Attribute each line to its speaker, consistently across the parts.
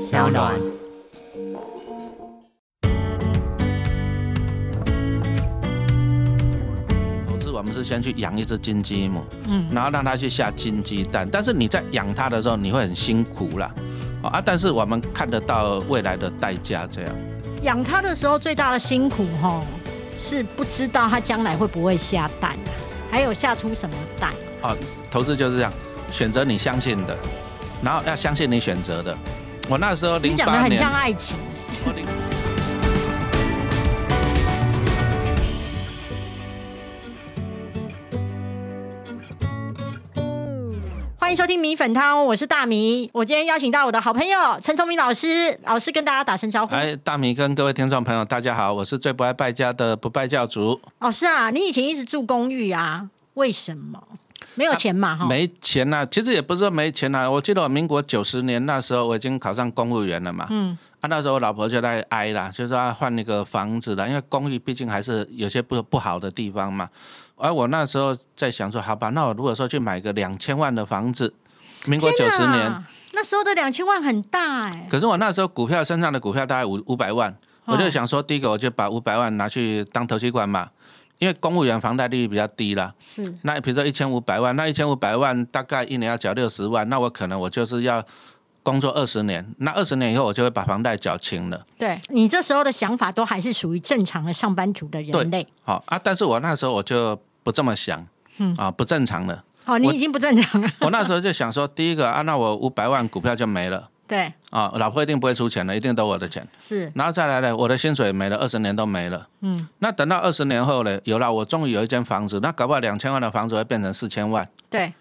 Speaker 1: 小暖。
Speaker 2: 投资我们是先去养一只金鸡母，
Speaker 3: 嗯，
Speaker 2: 然后让它去下金鸡蛋。但是你在养它的时候，你会很辛苦啦，哦啊！但是我们看得到未来的代价，这样
Speaker 3: 养它的时候最大的辛苦吼，是不知道它将来会不会下蛋、啊，还有下出什么蛋。啊
Speaker 2: 哦投资就是这样，选择你相信的，然后要相信你选择的。我那时候
Speaker 3: 你
Speaker 2: 零
Speaker 3: 讲的
Speaker 2: 八
Speaker 3: 很
Speaker 2: 年
Speaker 3: 像，啊爱情，
Speaker 2: 我零
Speaker 3: 欢迎收听米粉汤，我是大米。我今天邀请到我的好朋友陈聪明老师，老师跟大家打声招呼。
Speaker 2: 哎，大米跟各位听众朋友，大家好，我是最不爱败家的不败教主，
Speaker 3: 老师啊，你以前一直住公寓啊，为什么？没有钱嘛哈、
Speaker 2: 没钱呐、其实也不是说没钱呐、我记得我民国九十年那时候，我已经考上公务员了嘛，
Speaker 3: 嗯，
Speaker 2: 啊，那时候我老婆就在哀啦，就说要换那个房子了，因为公寓毕竟还是有些不不好的地方嘛。而我那时候在想说，好吧，那我如果说去买个两千万的房子，民国九
Speaker 3: 天
Speaker 2: 十
Speaker 3: 哪
Speaker 2: 年，
Speaker 3: 那时候的两千万很大哎、
Speaker 2: 可是我那时候股票身上的股票大概五五百万，
Speaker 3: 哦
Speaker 2: 我就想说，第一个我就把五百万拿去当投期款嘛，因为公务员房贷利率比较低啦。
Speaker 3: 是
Speaker 2: 那比如说一千五百万，那一千五百万大概一年要缴六十万，那我可能我就是要工作二十年，那二十年以后我就会把房贷缴清了。
Speaker 3: 对你这时候的想法都还是属于正常的上班族的人类。
Speaker 2: 好、啊，但是我那时候我就不这么想，嗯啊，不正常了。
Speaker 3: 好、哦你
Speaker 2: 我
Speaker 3: 已经不正常了。
Speaker 2: 我那时候就想说，第一个啊，那我五百万股票就没了
Speaker 3: 对，
Speaker 2: 啊，老婆一定不会出钱的，一定都我的钱。
Speaker 3: 是
Speaker 2: 然后再来呢，我的薪水没了，二十年都没了。嗯，那等到二十年后呢，有了，我终于有一间房子，那搞不好两千万的房子会变成四千万。
Speaker 3: 对。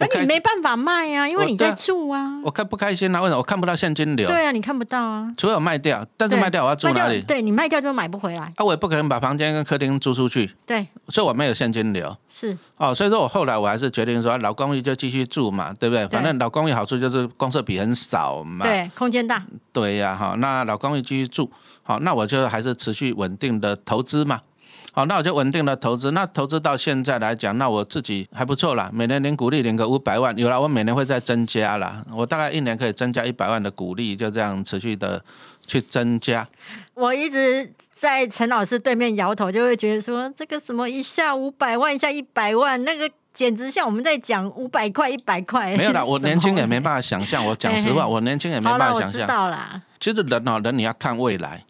Speaker 2: 我
Speaker 3: 可
Speaker 2: 开
Speaker 3: 你没办法卖啊，因为
Speaker 2: 我
Speaker 3: 你
Speaker 2: 对
Speaker 3: 在
Speaker 2: 啊
Speaker 3: 住啊。
Speaker 2: 我开不开心啊？为什么我看不到现金流？
Speaker 3: 对啊，你看不到啊。
Speaker 2: 除了卖掉，但是
Speaker 3: 对
Speaker 2: 卖掉我要住
Speaker 3: 卖掉
Speaker 2: 哪里？
Speaker 3: 对你卖掉就买不回来。
Speaker 2: 啊，我也不可能把房间跟客厅租出去，
Speaker 3: 对，
Speaker 2: 所以我没有现金流。
Speaker 3: 是
Speaker 2: 哦，所以说我后来我还是决定说，老公寓就继续住嘛，对不对？反正老公寓好处就是公设比很少嘛。
Speaker 3: 对，空间大。
Speaker 2: 对呀，哈，那老公寓继续住，好，那我就还是持续稳定的投资嘛。好，那我就稳定的投资。那投资到现在来讲，那我自己还不错啦，每年领股利领个五百万，有啦，我每年会再增加啦，我大概一年可以增加一百万的股利，就这样持续的去增加。
Speaker 3: 我一直在陈老师对面摇头，就会觉得说这个什么一下五百万，一下一百万，那个简直像我们在讲五百块、一百块。
Speaker 2: 没有啦，我年轻也没
Speaker 3: 法。
Speaker 2: 办法想象。我讲 实话，我年轻也没
Speaker 3: 好
Speaker 2: 办
Speaker 3: 了，
Speaker 2: 法
Speaker 3: 我
Speaker 2: 想
Speaker 3: 知
Speaker 2: 象。
Speaker 3: 道啦。
Speaker 2: 其实人哦，人你要看未来。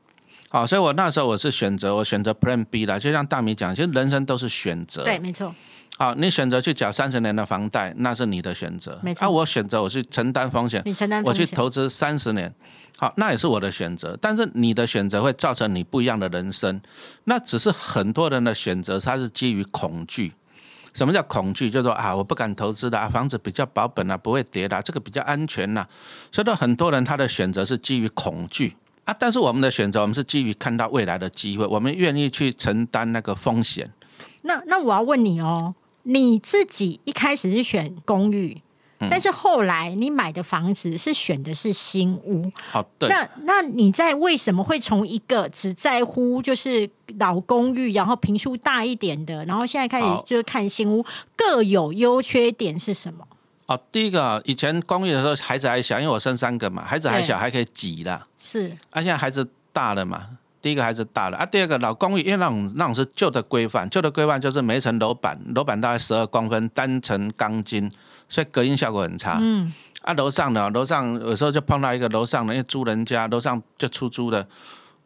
Speaker 2: 好、所以我那时候我是选择我选择 Plan B 啦，就像大米讲，其实人生都是选择。
Speaker 3: 嗯对，，没 错，
Speaker 2: 好、你选择去缴三十年的房贷，那是你的选择。
Speaker 3: 没错
Speaker 2: 啊，我选择我去承担风险，
Speaker 3: 你承担
Speaker 2: 我
Speaker 3: 风
Speaker 2: 去
Speaker 3: 险。
Speaker 2: 投资三十年，好，那也是我的选择。但是你的选择会造成你不一样的人生。那只是很多人的选择，它是基于恐惧。什么叫恐惧？就是说啊，我不敢投资的啊，房子比较保本啊，不会跌的啊、这个比较安全呐、所以说，很多人他的选择是基于恐惧啊。但是我们的选择，我们是基于看到未来的机会，我们愿意去承担那个风险。
Speaker 3: 那那我要问你哦，你自己一开始是选公寓，
Speaker 2: 嗯
Speaker 3: 但是后来你买的房子是选的是新屋，
Speaker 2: 好，哦对。
Speaker 3: 那那你在为什么会从一个只在乎就是老公寓，然后平数大一点的，然后现在开始
Speaker 2: 好
Speaker 3: 就是看新屋，各有优缺点是什么？
Speaker 2: 哦，第一个啊以前公寓的时候，孩子还小，因为我生三个嘛，孩子还小
Speaker 3: 对
Speaker 2: 还可以挤啦。
Speaker 3: 是
Speaker 2: 啊，现在孩子大了嘛，第一个孩子大了啊，第二个老公寓，因为那种那种是旧的规范，旧的规范就是每一层楼板，楼板大概十二公分，单层钢筋，所以隔音效果很差。嗯，啊，楼上的楼上有时候就碰到一个楼上的，因为租人家楼上就出租的。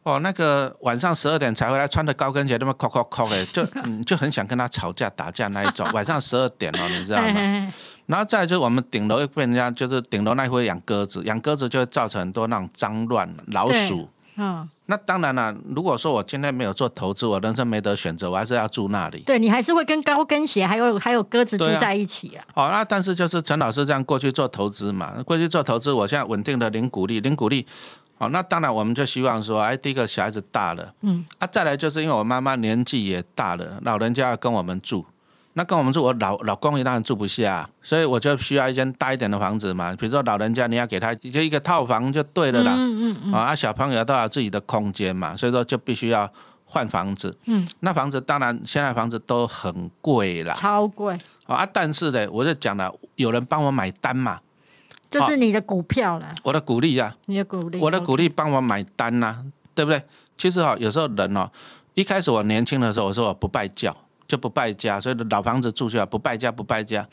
Speaker 2: 哦，那个晚上十二点才回来，穿着高跟鞋那么扣扣扣哎，就 嗯就很想跟他吵架打架那一种。晚上十二点哦，你知道吗？然后再来就是我们顶楼又被人家就是顶楼那会养鸽子，养鸽子就会造成很多那种脏乱老鼠。
Speaker 3: 嗯，
Speaker 2: 那当然了、如果说我今天没有做投资，我人生没得选择，我还是要住那里。
Speaker 3: 对你还是会跟高跟鞋还有还有鸽子住
Speaker 2: 对啊
Speaker 3: 在一起啊？
Speaker 2: 哦，那但是就是陈老师这样过去做投资嘛，过去做投资，我现在稳定的零股利，零股利。哦，那当然我们就希望说，哎，第一个小孩子大了，嗯，啊，再来就是因为我妈妈年纪也大了，老人家要跟我们住。那跟我们住，我老老公也当然住不下、所以我就需要一间大一点的房子嘛。比如说老人家，你要给他就一个套房就对了啦。嗯嗯嗯。啊，小朋友都有自己的空间嘛，所以说就必须要换房子。嗯。那房子当然现在房子都很贵啦。
Speaker 3: 超贵，
Speaker 2: 哦啊，但是呢，我就讲了，有人帮我买单嘛，
Speaker 3: 就是你的股票啦，
Speaker 2: 我的鼓励啊，
Speaker 3: 你的股利，
Speaker 2: 我的鼓励帮我买单呐、啊对不对？其实哈、有时候人哦，一开始我年轻的时候，我说我不拜教，就不拜家，所以老房子住下来不拜家，不拜家。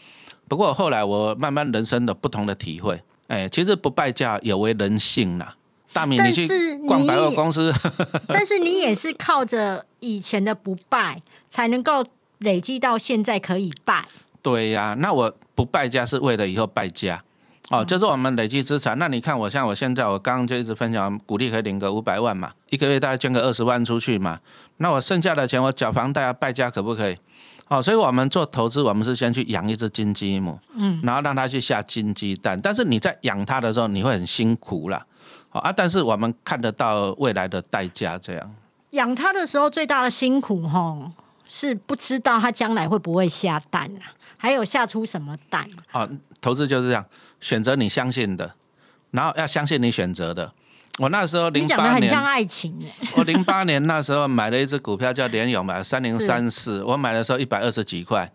Speaker 2: 不过后来我慢慢人生的不同的体会，哎，其实不拜家有违人性啦。大米，
Speaker 3: 但
Speaker 2: 你
Speaker 3: 是
Speaker 2: 去
Speaker 3: 你
Speaker 2: 逛百货公司，
Speaker 3: 但是你也是靠着以前的不败，才能够累积到现在可以败。
Speaker 2: 对呀、那我不败家是为了以后败家。哦，就是我们累积资产。那你看，我像我现在，我刚刚就一直分享，鼓励可以领个五百万嘛，一个月大概捐个二十万出去嘛。那我剩下的钱，我缴房贷啊，败家可不可以？哦，所以我们做投资，我们是先去养一只金鸡母，嗯，然后让它去下金鸡蛋。但是你在养它的时候，你会很辛苦啦。哦啊，但是我们看得到未来的代价，这样。
Speaker 3: 养它的时候最大的辛苦吼，是不知道它将来会不会下蛋啊，还有下出什么蛋啊、
Speaker 2: 啊，投资就是这样，选择你相信的，然后要相信你选择的。我那时候
Speaker 3: 你
Speaker 2: 零
Speaker 3: 讲的
Speaker 2: 八
Speaker 3: 很像
Speaker 2: 年，
Speaker 3: 爱情耶
Speaker 2: 我零八年那时候买了一只股票叫联勇嘛，三零三四，我买的时候一百二十几块，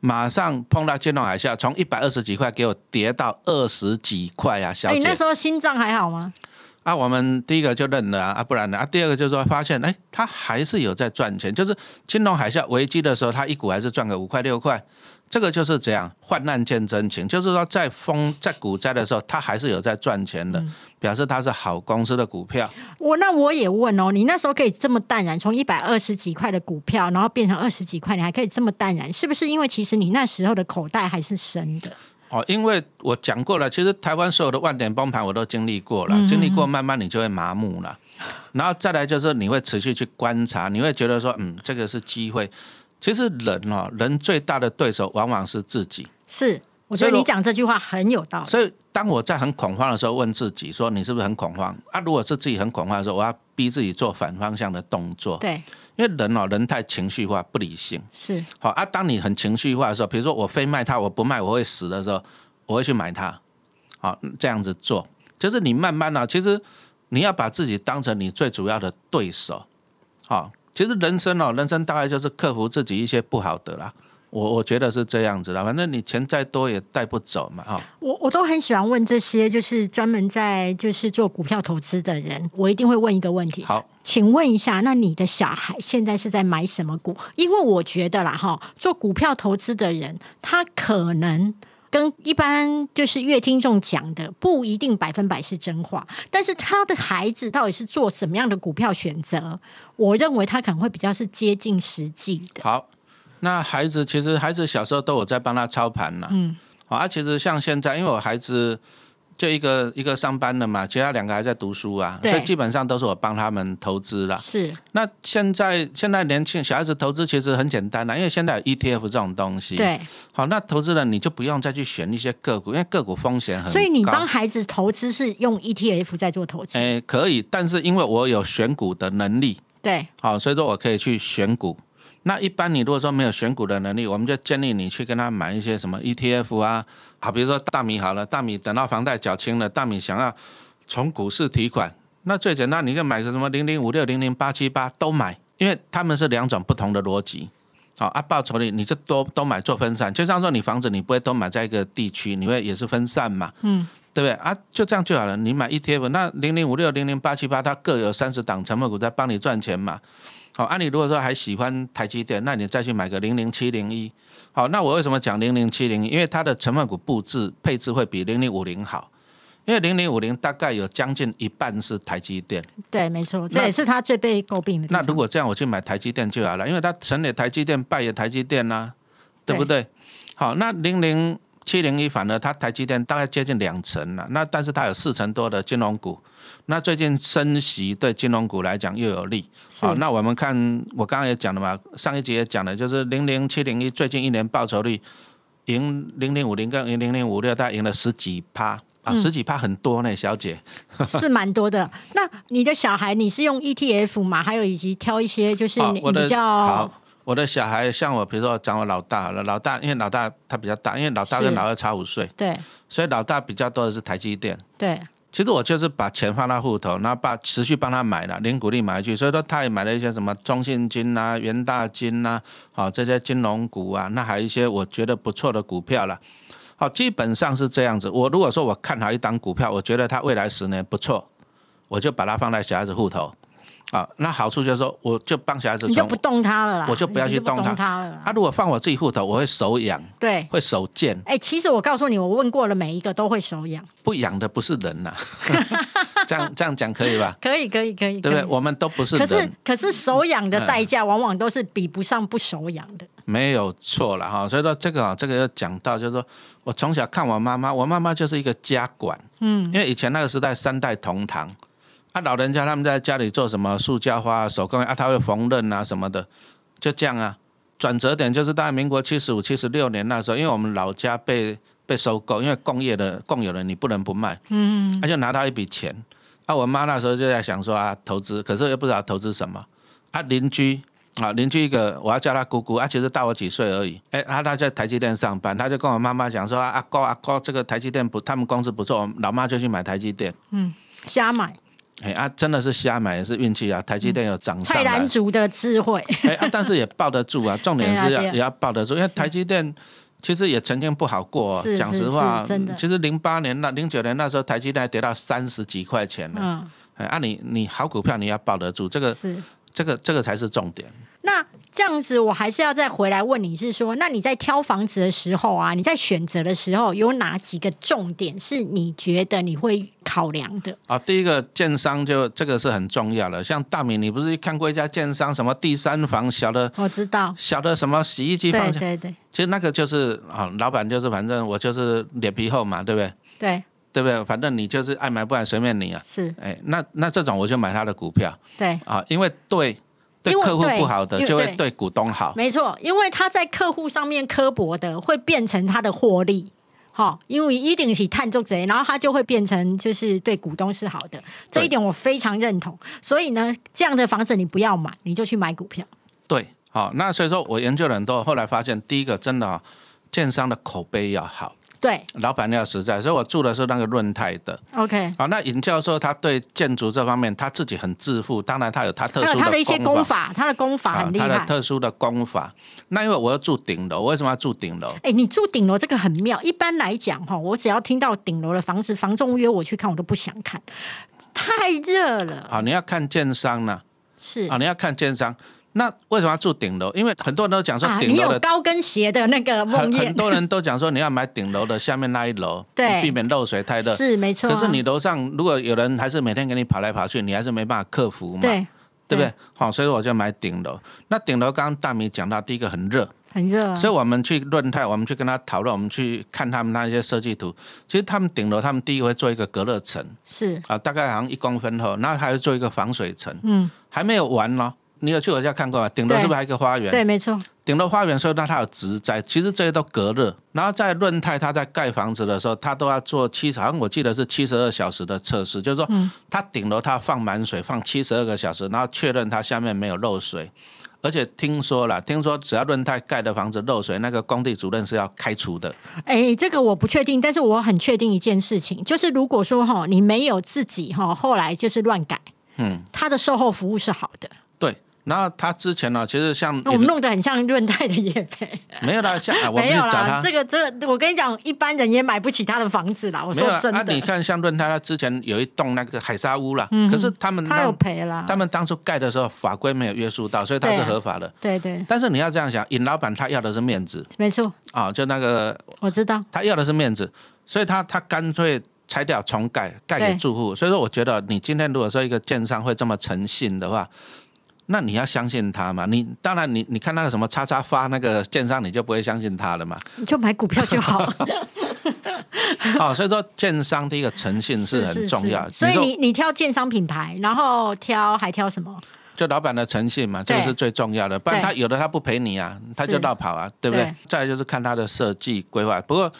Speaker 2: 马上碰到金融海啸，从一百二十几块给我跌到二十几块啊，小
Speaker 3: 哎、你
Speaker 2: 姐
Speaker 3: 那。时候心脏还好吗？
Speaker 2: 啊，我们第一个就认了啊，啊不然呢？啊，第二个就是说发现，哎，它还是有在赚钱，就是金融海啸危机的时候，它一股还是赚个五块六块，这个就是这样，患难见真情，就是说在风在股灾的时候，它还是有在赚钱的，表示它是好公司的股票。
Speaker 3: 我那我也问哦，你那时候可以这么淡然，从一百二十几块的股票，然后变成二十几块，你还可以这么淡然，是不是因为其实你那时候的口袋还是深的？
Speaker 2: 哦，因为我讲过了，其实台湾所有的万点崩盘我都经历过了，经历过慢慢你就会麻木了，然后再来就是你会持续去观察，你会觉得说，嗯，这个是机会。其实人哦，人最大的对手往往是自己。
Speaker 3: 是，我觉得
Speaker 2: 所以
Speaker 3: 你
Speaker 2: 我
Speaker 3: 讲这句话很有道理。
Speaker 2: 所以，当我在很恐慌的时候，问自己说：“你是不是很恐慌？”啊，如果是自己很恐慌的时候，我要逼自己做反方向的动作，
Speaker 3: 对，
Speaker 2: 因为人哦，人太情绪化、不理性。
Speaker 3: 是
Speaker 2: 好啊，当你很情绪化的时候，比如说我非卖它，我不卖我会死的时候，我会去买它。好，这样子做，就是你慢慢啊，其实你要把自己当成你最主要的对手。好，其实人生哦，人生大概就是克服自己一些不好的啦。我我觉得是这样子啦，反正你钱再多也带不走嘛，哈、
Speaker 3: 我我都很喜欢问这些，就是专门在就是做股票投资的人，我一定会问一个问题。
Speaker 2: 好。
Speaker 3: 请问一下，那你的小孩现在是在买什么股？因为我觉得啦，哈，做股票投资的人，他可能跟一般就是乐听众讲的不一定百分百是真话，但是他的孩子到底是做什么样的股票选择，我认为他可能会比较是接近实际的。
Speaker 2: 好，那孩子其实孩子小时候都有在帮他操盘了，嗯，好啊，其实像现在，因为我孩子就一个一个上班了嘛，其他两个还在读书啊，
Speaker 3: 对
Speaker 2: 所以基本上都是我帮他们投资啦。
Speaker 3: 是
Speaker 2: 那现在现在年轻小孩子投资其实很简单啦，因为现在有 ETF 这种东西，，
Speaker 3: 对，
Speaker 2: 好，那投资人你就不用再去选一些个股，因为个股风险很高，
Speaker 3: 所以你帮孩子投资是用 ETF 在做投资，
Speaker 2: 哎、可以，但是因为我有选股的能力，
Speaker 3: 对，
Speaker 2: 好，所以说我可以去选股。那一般你如果说没有选股的能力，我们就建议你去跟他买一些什么 ETF 啊，好，比如说大米好了，大米等到房贷缴清了，大米想要从股市提款，那最简单，你就买个什么零零五六、零零八七八都买，因为他们是两种不同的逻辑。好啊，报酬率你就多都买做分散，就像说你房子你不会都买在一个地区，你会也是分散嘛，嗯，对不对啊？就这样就好了。你买 ETF，那零零五六、零零八七八它各有三十档成分股在帮你赚钱嘛，好，啊，你如果说还喜欢台积电，那你再去买个零零七零一。好，那我为什么讲零零七零一？因为它的成分股布置配置会比零零五零好，因为零零五零大概有将近一半是台积电。
Speaker 3: 对，没错，这
Speaker 2: 那
Speaker 3: 也是他最被诟病的地
Speaker 2: 那
Speaker 3: 方。
Speaker 2: 如果这样，我去买台积电就好了，因为它成也台积电，败也台积电啦、对不对？好，那零零七零一反而它台积电大概接近两成了、那但是它有四成多的金融股，那最近升息对金融股来讲又有利。
Speaker 3: 是
Speaker 2: 好，那我们看，我刚刚也讲了嘛，上一集也讲了，就是零零七零一最近一年报酬率赢零零五零跟赢零零五六，大概赢了十几趴啊，
Speaker 3: 嗯
Speaker 2: 十几趴很多呢，小姐。
Speaker 3: 是蛮多的。那你的小孩你是用 E ETF 嘛？还有以及挑一些就是
Speaker 2: 好
Speaker 3: 你
Speaker 2: 我的
Speaker 3: 比较
Speaker 2: 好，我的小孩像我，比如说讲我老大好了，老大因为老大他比较大，因为老大跟
Speaker 3: 是
Speaker 2: 老二差五岁，
Speaker 3: 对
Speaker 2: 所以老大比较多的是台积电。
Speaker 3: 对
Speaker 2: 其实我就是把钱放到户头，然后把持续帮他买了，零股利买去，所以说他也买了一些什么中信金啊、元大金啊，好、这些金融股啊，那还有一些我觉得不错的股票了。好，基本上是这样子。我如果说我看好一档股票，我觉得它未来十年不错，我就把它放在小孩子户头。啊，那好处就是说，我就帮小孩子
Speaker 3: 你就
Speaker 2: 存。
Speaker 3: 不动它了啦，
Speaker 2: 我就不要去
Speaker 3: 你
Speaker 2: 动它
Speaker 3: 了啦。
Speaker 2: 啊，如果放我自己户头，我会手痒，
Speaker 3: 对，
Speaker 2: 会手贱，
Speaker 3: 哎，其实我告诉你，我问过了，每一个都会手痒。
Speaker 2: 不痒的不是人 呐、 这样这样讲可以吧？
Speaker 3: 可以，可以，可以，
Speaker 2: 对不
Speaker 3: 可
Speaker 2: 对？
Speaker 3: 以
Speaker 2: 我们都不是
Speaker 3: 可是
Speaker 2: 人，啊
Speaker 3: 可是手痒的代价往往都是比不上不手痒的。
Speaker 2: 没有错了哈。所以说这个啊，这个要讲到，就是说我从小看我妈妈，我妈妈就是一个家管，嗯，因为以前那个时代三代同堂，啊，老人家他们在家里做什么塑胶花啊、手工啊，他会缝纫啊什么的，就这样啊。转折点就是大概民国七十五、七十六年那时候，因为我们老家被被收购，因为共业的共有人你不能不卖，嗯，他、就拿到一笔钱。啊，我妈那时候就在想说啊，投资，可是又不知道投资什么。啊，邻居啊，邻居一个，我要叫她姑姑，啊，其实大我几岁而已。哎、她她在台积电上班，她就跟我妈妈讲说，啊阿哥阿哥，这个台积电不，他们公司不错，我老妈就去买台积电。
Speaker 3: 瞎买，
Speaker 2: 哎、啊，真的是瞎买也是运气啊，台积电有涨上
Speaker 3: 蔡
Speaker 2: 来。
Speaker 3: 澜族的智慧，
Speaker 2: 哎、啊，但是也抱得住 啊，重点是
Speaker 3: 对
Speaker 2: 要
Speaker 3: 啊对啊
Speaker 2: 也要抱得住，因为台积电其实也曾经不好过、哦
Speaker 3: 是。
Speaker 2: 讲
Speaker 3: 是
Speaker 2: 实话，嗯
Speaker 3: 是真的
Speaker 2: 其实零八年那零九年那时候，台积电还跌到三十几块钱呢。
Speaker 3: 嗯，
Speaker 2: 哎、啊你，你好股票你要抱得住，这个
Speaker 3: 是。
Speaker 2: 这个这个才是重点。
Speaker 3: 那这样子，我还是要再回来问你，是说，那你在挑房子的时候啊，你在选择的时候，有哪几个重点是你觉得你会考量的？
Speaker 2: 啊，第一个建商就这个是很重要的，像大米，你不是看过一家建商什么第三房小的
Speaker 3: 我知道，
Speaker 2: 小的什么洗衣机
Speaker 3: 对
Speaker 2: 房，
Speaker 3: 对对
Speaker 2: 其实那个就是啊，老板就是反正我就是脸皮厚嘛，对不对？
Speaker 3: 对，
Speaker 2: 对不对？反正你就是爱买不买随便你啊。
Speaker 3: 是，
Speaker 2: 哎，那那这种我就买他的股票
Speaker 3: 对，
Speaker 2: 啊，因为对对
Speaker 3: 因为
Speaker 2: 客户
Speaker 3: 对
Speaker 2: 不好的
Speaker 3: 因为
Speaker 2: 就会
Speaker 3: 对
Speaker 2: 对股东好。
Speaker 3: 没错，因为他在客户上面刻薄的，会变成他的获利。好、因为一定是探究贼，然后他就会变成就是对股东是好的，这一点我非常认同。所以呢，这样的房子你不要买，你就去买股票。
Speaker 2: 对，好、那所以说我研究了很多，后来发现第一个真的、啊，建商的口碑要好，
Speaker 3: 对
Speaker 2: 老板要实在，所以我住的是那个润泰的。
Speaker 3: ，OK，
Speaker 2: 好，那尹教授他对建筑这方面他自己很自负，当然他有他特
Speaker 3: 还有
Speaker 2: 殊
Speaker 3: 他的一些
Speaker 2: 工
Speaker 3: 功法，他的功法
Speaker 2: 啊
Speaker 3: 很，厉
Speaker 2: 他
Speaker 3: 害
Speaker 2: 的。特殊的功法。那因为我要住顶楼，为什么要住顶楼？
Speaker 3: 哎、你住顶楼这个很妙。一般来讲，哈，我只要听到顶楼的房子，房仲约我去看，我都不想看，太热了。
Speaker 2: 啊，你要看建商呢、
Speaker 3: 是
Speaker 2: 啊，你要看建商。那为什么要住顶楼？因为很多人都讲说
Speaker 3: 啊，
Speaker 2: 顶
Speaker 3: 你
Speaker 2: 楼
Speaker 3: 有
Speaker 2: 的、
Speaker 3: 高跟鞋的那个梦
Speaker 2: 很很
Speaker 3: 魇，
Speaker 2: 多人都讲说你要买顶楼的下面那一楼，
Speaker 3: 对
Speaker 2: 避免漏水太热。
Speaker 3: 是没错啊、
Speaker 2: 可是你楼上如果有人还是每天给你跑来跑去，你还是没办法克服嘛，
Speaker 3: 对
Speaker 2: 对不
Speaker 3: 对
Speaker 2: 对？好、所以我就买顶楼。那顶楼刚刚大米讲到，第一个很热，
Speaker 3: 很热、啊，
Speaker 2: 所以我们去论坛，我们去跟他讨论，我们去看他们那些设计图。其实他们顶楼，他们第一会做一个隔热层
Speaker 3: 是
Speaker 2: 啊，大概好像一公分厚，然后还会做一个防水层。
Speaker 3: 嗯，
Speaker 2: 还没有完呢、你有去我家看过吗？顶楼
Speaker 3: 对
Speaker 2: 是不是还有一个花园？
Speaker 3: 对，没错，
Speaker 2: 顶楼花园，所以那它有植栽，其实这些都隔热。然后在润泰，它在盖房子的时候，它都要做七十，好像我记得是七十二小时的测试，就是
Speaker 3: 嗯
Speaker 2: 说它顶楼它放满水，放七十二个小时，然后确认它下面没有漏水。而且听说了，听说只要润泰盖的房子漏水，那个工地主任是要开除的。
Speaker 3: 哎，这个我不确定，但是我很确定一件事情，就是如果说哈，你没有自己哈，后来就是乱改，
Speaker 2: 嗯，
Speaker 3: 他的售后服务是好的，
Speaker 2: 对。然后他之前呢、其实像
Speaker 3: 那我们弄得很像润泰的业配，
Speaker 2: 没有啦，像、 啊、我
Speaker 3: 哦
Speaker 2: 们
Speaker 3: 没
Speaker 2: 去
Speaker 3: 有
Speaker 2: 找
Speaker 3: 啦
Speaker 2: 他，
Speaker 3: 这。个这个，我跟你讲，一般人也买不起他的房子啦，我
Speaker 2: 没有
Speaker 3: 说
Speaker 2: 啦
Speaker 3: 真
Speaker 2: 啊，
Speaker 3: 的，
Speaker 2: 你看像润泰，他之前有一栋那个海沙屋啦，可是他们
Speaker 3: 嗯他有
Speaker 2: 那
Speaker 3: 赔啦，
Speaker 2: 他们当初盖的时候法规没有约束到，所以它
Speaker 3: 对
Speaker 2: 是
Speaker 3: 啊
Speaker 2: 合法的。
Speaker 3: 对对，
Speaker 2: 但是你要这样想，尹老板他要的是面子
Speaker 3: 没错，
Speaker 2: 啊、就那个
Speaker 3: 我知道，
Speaker 2: 他要的是面子，所以他他干脆拆掉重盖，盖给
Speaker 3: 对
Speaker 2: 住户。所以说，我觉得你今天如果说一个建商会这么诚信的话，那你要相信他嘛。你当然你你看那个什么叉叉发那个建商，你就不会相信他 了嘛。
Speaker 3: 你就买股票就好，
Speaker 2: 啊、所以说建商第一个诚信 是很重要。
Speaker 3: 所以
Speaker 2: 说
Speaker 3: 你你挑建商品牌，然后挑还挑什么？
Speaker 2: 就老板的诚信嘛，这
Speaker 3: 对
Speaker 2: 个是最重要的。不然
Speaker 3: 对
Speaker 2: 他有的他不赔你啊，他就是绕跑啊，对不对
Speaker 3: 对？
Speaker 2: 再来就是看他的设计规划。不过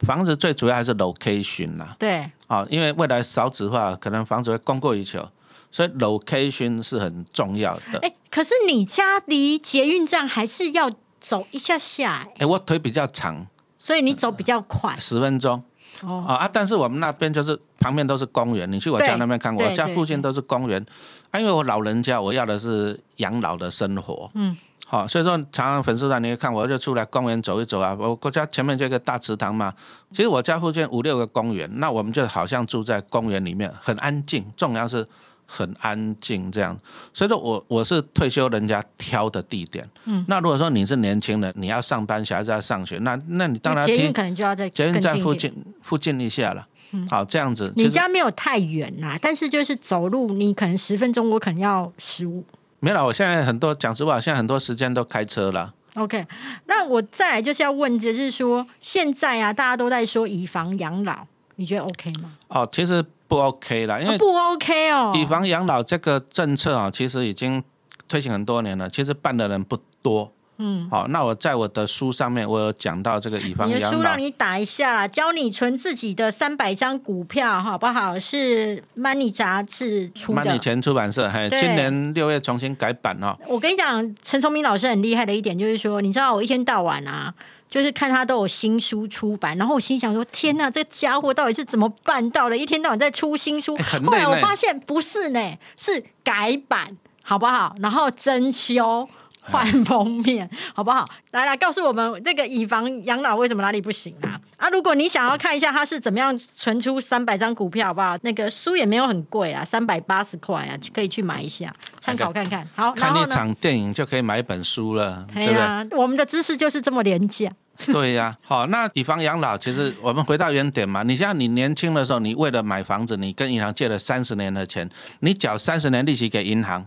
Speaker 2: 房子最主要还是 location 啦，
Speaker 3: 对，
Speaker 2: 啊、因为未来少子化，可能房子会供过于求，所以 location 是很重要的。哎、
Speaker 3: 哎，可是你家离捷运站还是要走一下下、哎
Speaker 2: 我腿比较长，
Speaker 3: 所以你走比较快。
Speaker 2: 十分钟。
Speaker 3: 哦，
Speaker 2: 啊啊！但是我们那边就是旁边都是公园，你去我
Speaker 3: 对
Speaker 2: 家那边看，
Speaker 3: 对
Speaker 2: 我家
Speaker 3: 对
Speaker 2: 附近都是公园。啊，因为我老人家，我要的是养老的生活。嗯。好、所以说常常粉丝团你会看，我就出来公园走一走啊。我我家前面就一个大池塘嘛，其实我家附近五六个公园，那我们就好像住在公园里面，很安静，重要是很安静这样。所以说我我是退休人家挑的地点。嗯，那如果说你是年轻人，你要上班，小孩子要上学，那那你当然
Speaker 3: 那
Speaker 2: 要
Speaker 3: 捷
Speaker 2: 听
Speaker 3: 运可能就要在
Speaker 2: 捷运
Speaker 3: 更
Speaker 2: 站
Speaker 3: 近一
Speaker 2: 附
Speaker 3: 点。嗯
Speaker 2: 近附近一下了。好，这样子。其
Speaker 3: 你
Speaker 2: 实
Speaker 3: 家没有太远啦，但是就是走路，你可能十分钟，我可能要十五。
Speaker 2: 没有啦，我现在很多讲实话，现在很多时间都开车了。
Speaker 3: OK，那我再来就是要问，就是说现在啊，大家都在说以房养老，你觉得 OK 吗？
Speaker 2: 哦，其实不 OK 啦，因为
Speaker 3: 啊不 OK 哦，
Speaker 2: 以房养老这个政策啊、其实已经推行很多年了，其实办的人不多。嗯，好、那我在我的书上面我有讲到这个以房
Speaker 3: 你的
Speaker 2: 养
Speaker 3: 书
Speaker 2: 老
Speaker 3: 让，你打一下啦，教你存自己的三百张股票，好不好？是 Money 杂志出
Speaker 2: 曼
Speaker 3: 的
Speaker 2: 尼。前出版社，嘿，
Speaker 3: 对
Speaker 2: 今年六月重新改版哦。
Speaker 3: 我跟你讲，陈崇明老师很厉害的一点就是说，你知道我一天到晚啊，就是看他都有新书出版，然后我心想说：天呐，这家伙到底是怎么办到的？一天到晚在出新书。
Speaker 2: 哎很累
Speaker 3: 后来我
Speaker 2: 呢
Speaker 3: 发现不是呢，是改版，好不好？然后增修。换封面，
Speaker 2: 哎
Speaker 3: 好不好？来来，告诉我们那个以房养老为什么哪里不行啊？啊，如果你想要看一下他是怎么样存出三百张股票，好不好？那个书也没有很贵啊，三百八十块啊，可以去买一下，参考看看。好，然
Speaker 2: 看
Speaker 3: 后
Speaker 2: 一
Speaker 3: 呢？
Speaker 2: 场电影就可以买一本书了，
Speaker 3: 对
Speaker 2: 对不对？
Speaker 3: 呀、我们的知识就是这么廉价。
Speaker 2: 对呀、好，那以房养老，其实我们回到原点嘛。你像你年轻的时候，你为了买房子，你跟银行借了三十年的钱，你缴三十年利息给银行，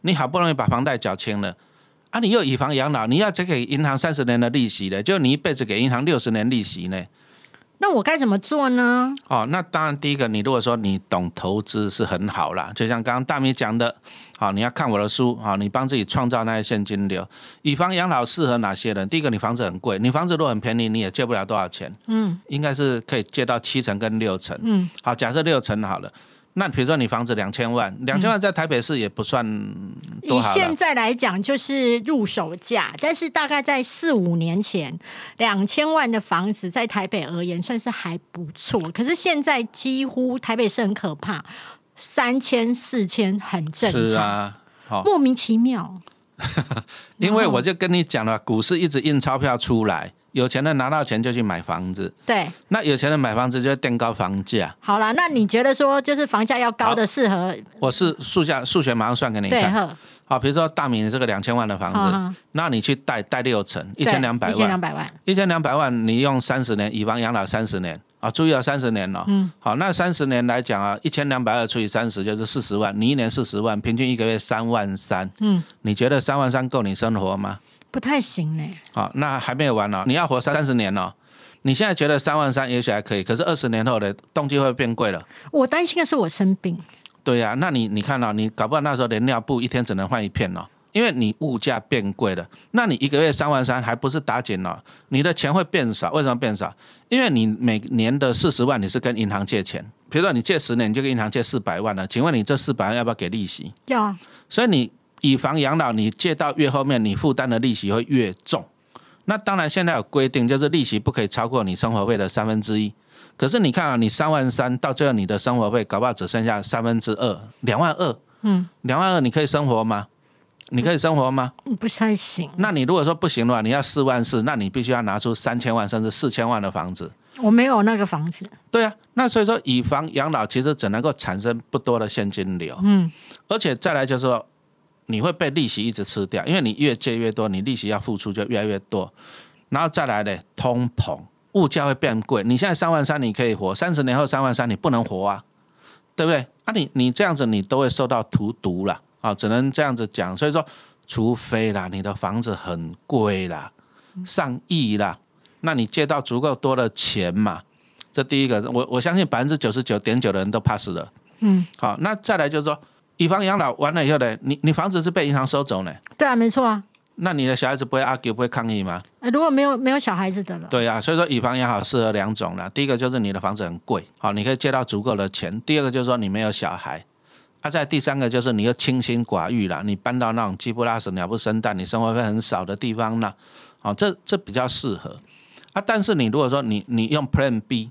Speaker 2: 你好不容易把房贷缴清了，啊，你又以房养老，你要只给银行三十年的利息了，就你一辈子给银行六十年利息呢。
Speaker 3: 那我该怎么做呢？
Speaker 2: 哦，那当然，第一个，你如果说你懂投资是很好啦，就像刚刚大米讲的，好、你要看我的书，好、你帮自己创造那些现金流。以房养老适合哪些人？第一个，你房子很贵，你房子如果很便宜，你也借不了多少钱，嗯，应该是可以借到七成跟六成，嗯，好，假设六成好了。那比如说你房子两千万，两千万在台北市也不算多
Speaker 3: 以
Speaker 2: 好了
Speaker 3: 现，在来讲，就是入手价，但是大概在四五年前，两千万的房子在台北而言算是还不错。可是现在几乎台北是很可怕，三千、四千很正
Speaker 2: 是
Speaker 3: 常，
Speaker 2: 啊，好、
Speaker 3: 莫名其妙。
Speaker 2: 因为我就跟你讲了，股市一直印钞票出来，有钱人拿到钱就去买房子，
Speaker 3: 对，
Speaker 2: 那有钱人买房子就会垫高房价，
Speaker 3: 好啦，那你觉得说就是房价要高的
Speaker 2: 好
Speaker 3: 适合
Speaker 2: 我是数价数学马上算给你
Speaker 3: 对
Speaker 2: 看。
Speaker 3: 呵？
Speaker 2: 好，比如说大米你这个两千万的房
Speaker 3: 好
Speaker 2: 子，
Speaker 3: 好
Speaker 2: 那你去贷贷六成，一千两百
Speaker 3: 一千两
Speaker 2: 万，
Speaker 3: 百万，
Speaker 2: 一千两百万，你用三十年，以房养老三十年啊，注意哦，三十年哦。嗯。好，那三十年来讲啊，一千两百二除以三十就是四十万，你一年四十万，平均一个月三万三。
Speaker 3: 嗯，
Speaker 2: 你觉得三万三够你生活吗？
Speaker 3: 不太行嘞。
Speaker 2: 好，那还没有完哦，你要活三十年哦。你现在觉得三万三也许还可以，可是二十年后的东西会变贵了。
Speaker 3: 我担心的是我生病，
Speaker 2: 对呀、那你你看到、你搞不好那时候连尿布一天只能换一片哦，因为你物价变贵了。那你一个月三万三还不是打紧哦？你的钱会变少，为什么变少？因为你每年的四十万你是跟银行借钱，比如说你借十年，你就跟银行借四百万了。请问你这四百万要不要给利息？
Speaker 3: 要啊，
Speaker 2: 所以你以房养老，你借到越后面，你负担的利息会越重。那当然，现在有规定，就是利息不可以超过你生活费的三分之一。可是你看啊，你三万三，到最后你的生活费搞不好只剩下三分之二，两万二。嗯，两万二你可以生活吗？你可以生活吗？
Speaker 3: 嗯不太行。
Speaker 2: 那你如果说不行的话，你要四万四，那你必须要拿出三千万甚至四千万的房子。
Speaker 3: 我没有那个房子，
Speaker 2: 对啊，那所以说以房养老其实只能够产生不多的现金流，嗯，而且再来就是说你会被利息一直吃掉，因为你越借越多，你利息要付出就越来越多，然后再来呢，通膨，物价会变贵，你现在三万三你可以活，三十年后三万三你不能活啊，对不对？啊你你这样子你都会受到荼毒啦，啊，只能这样子讲，所以说除非啦你的房子很贵啦，上亿啦，那你借到足够多的钱嘛。这第一个，我我相信百分之九十九点九的人都怕死了。嗯，好，那再来就是说，以房养老完了以后呢，你你房子是被银行收走呢，
Speaker 3: 对啊，没错啊。
Speaker 2: 那你的小孩子不会 argue 不会抗议吗？
Speaker 3: 呃如果没有没有小孩子的了，
Speaker 2: 对啊，所以说以房养老适合两种啦。第一个就是你的房子很贵，好，你可以借到足够的钱；第二个就是说你没有小孩。啊，再第三个就是你又清心寡欲啦，你搬到那种鸡不拉屎、鸟不生蛋、你生活费很少的地方哦啦，好、这这比较适合。啊，但是你如果说你你用 Plan B，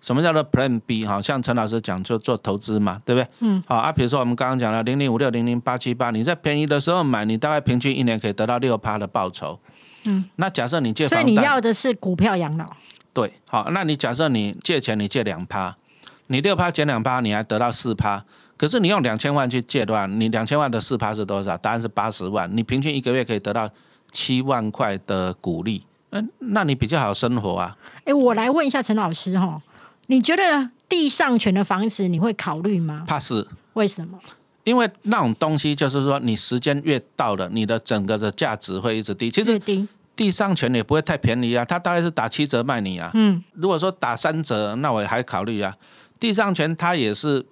Speaker 2: 什么叫做 Plan B？哈，像陈老师讲，就做投资嘛，对不对？嗯。好啊，比如说我们刚刚讲了零零五六、零零八七八，你在便宜的时候买，你大概平均一年可以得到六趴的报酬。嗯。那假设 你借
Speaker 3: 所
Speaker 2: 房
Speaker 3: 以
Speaker 2: 贷，
Speaker 3: 你要的是股票养老，
Speaker 2: 对，好，那你假设你借钱，你借两趴，你六趴减两趴，你还得到四趴。可是你用两千万去借的话，你两千万的四趴是多少？答案是八十万。你平均一个月可以得到七万块的股利，嗯，那你比较好生活啊。
Speaker 3: 哎，我来问一下陈老师哈，你觉得地上权的房子你会考虑吗？
Speaker 2: 怕是
Speaker 3: 为什么？
Speaker 2: 因为那种东西就是说，你时间越到了，你的整个的价值会一直低。其
Speaker 3: 越
Speaker 2: 实
Speaker 3: 低，
Speaker 2: 地上权也不会太便宜啊，它大概是打七折卖你啊。
Speaker 3: 嗯，
Speaker 2: 如果说打三折，那我还考虑啊。地上权它也是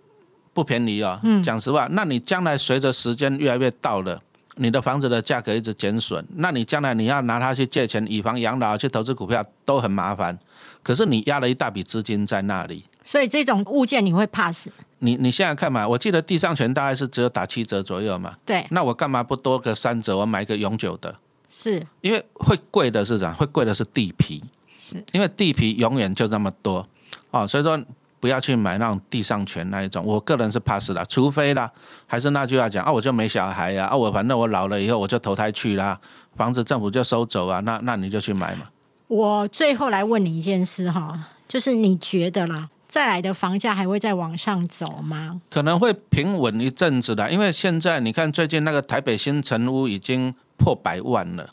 Speaker 2: 不便宜哦，
Speaker 3: 嗯
Speaker 2: 讲实话，那你将来随着时间越来越到了，你的房子的价格一直减损，那你将来你要拿它去借钱以房养老、去投资股票都很麻烦。可是你压了一大笔资金在那里，
Speaker 3: 所以这种物件你会 pass，
Speaker 2: 你你现在看嘛，我记得地上权大概是只有打七折左右嘛，
Speaker 3: 对，
Speaker 2: 那我干嘛不多个三折，我买一个永久的？
Speaker 3: 是
Speaker 2: 因为会贵的是啥？会贵的是地皮，
Speaker 3: 是
Speaker 2: 因为地皮永远就这么多哦，所以说不要去买那种地上权那一种。我个人是 pass 的，除非啦，还是那句话讲啊，我就没小孩呀、啊，我反正我老了以后我就投胎去啦，房子政府就收走啊，那那你就去买嘛。
Speaker 3: 我最后来问你一件事哈，就是你觉得啦，再来的房价还会再往上走吗？
Speaker 2: 可能会平稳一阵子的，因为现在你看最近那个台北新城屋已经破百万了，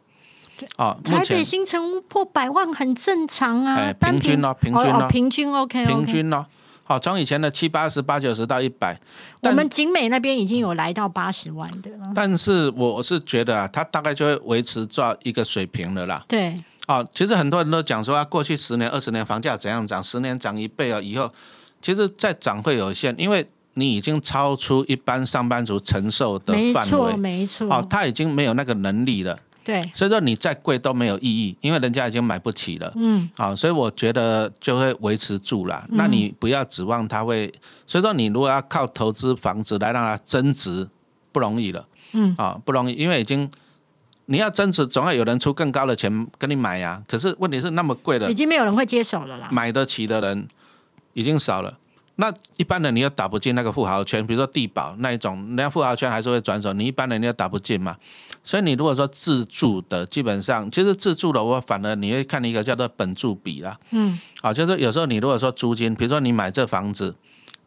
Speaker 2: 哦，目
Speaker 3: 台
Speaker 2: 前
Speaker 3: 北新城屋破百万很正常啊，
Speaker 2: 哎
Speaker 3: 单
Speaker 2: 平均哦平均
Speaker 3: 哦
Speaker 2: 哦
Speaker 3: 平均 OK，, o k
Speaker 2: 平均哦，好，从以前的七八十、八九十到一百，
Speaker 3: 我
Speaker 2: 但
Speaker 3: 们景美那边已经有来到八十万的了，
Speaker 2: 但是我是觉得啊，它大概就会维持到一个水平了啦。
Speaker 3: 对，
Speaker 2: 哦，其实很多人都讲说啊，过去十年、二十年房价怎样涨，十年涨一倍啊，以后其实再涨会有限，因为你已经超出一般上班族承受的
Speaker 3: 没
Speaker 2: 范
Speaker 3: 错
Speaker 2: 围。
Speaker 3: 没错，
Speaker 2: 哦，他已经没有那个能力了，
Speaker 3: 对，
Speaker 2: 所以说你再贵都没有意义，因为人家已经买不起了。
Speaker 3: 嗯，
Speaker 2: 好、所以我觉得就会维持住啦。那你不要指望它会，所以说你如果要靠投资房子来让它增值，不容易了。
Speaker 3: 嗯，
Speaker 2: 啊、不容易，因为已经你要增值，总要有人出更高的钱跟你买呀、可是问题是那么贵了
Speaker 3: 已，经没有人会接手了啦，
Speaker 2: 买得起的人已经少了。那一般人你又打不进那个富豪圈，比如说地保那一种，人家富豪圈还是会转手，你一般人你又打不进嘛。所以你如果说自住的，基本上其实自住的，我反而你会看一个叫做本住比啦。
Speaker 3: 嗯，
Speaker 2: 啊，就是有时候你如果说租金，比如说你买这房子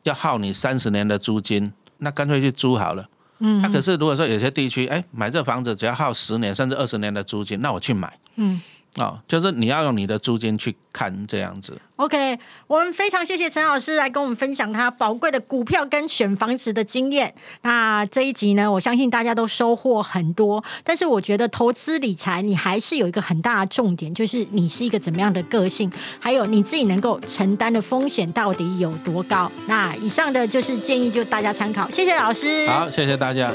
Speaker 2: 要耗你三十年的租金，那干脆去租好了。嗯，那、可是如果说有些地区，哎，买这房子只要耗十年甚至二十年的租金，那我去买。
Speaker 3: 嗯，
Speaker 2: 哦，就是你要用你的租金去看这样子。
Speaker 3: OK，我们非常谢谢陈老师来跟我们分享他宝贵的股票跟选房子的经验。那这一集呢，我相信大家都收获很多。但是我觉得投资理财，你还是有一个很大的重点，就是你是一个怎么样的个性，还有你自己能够承担的风险到底有多高。那以上的就是建议，就大家参考。谢谢老师。
Speaker 2: 好，谢谢大家。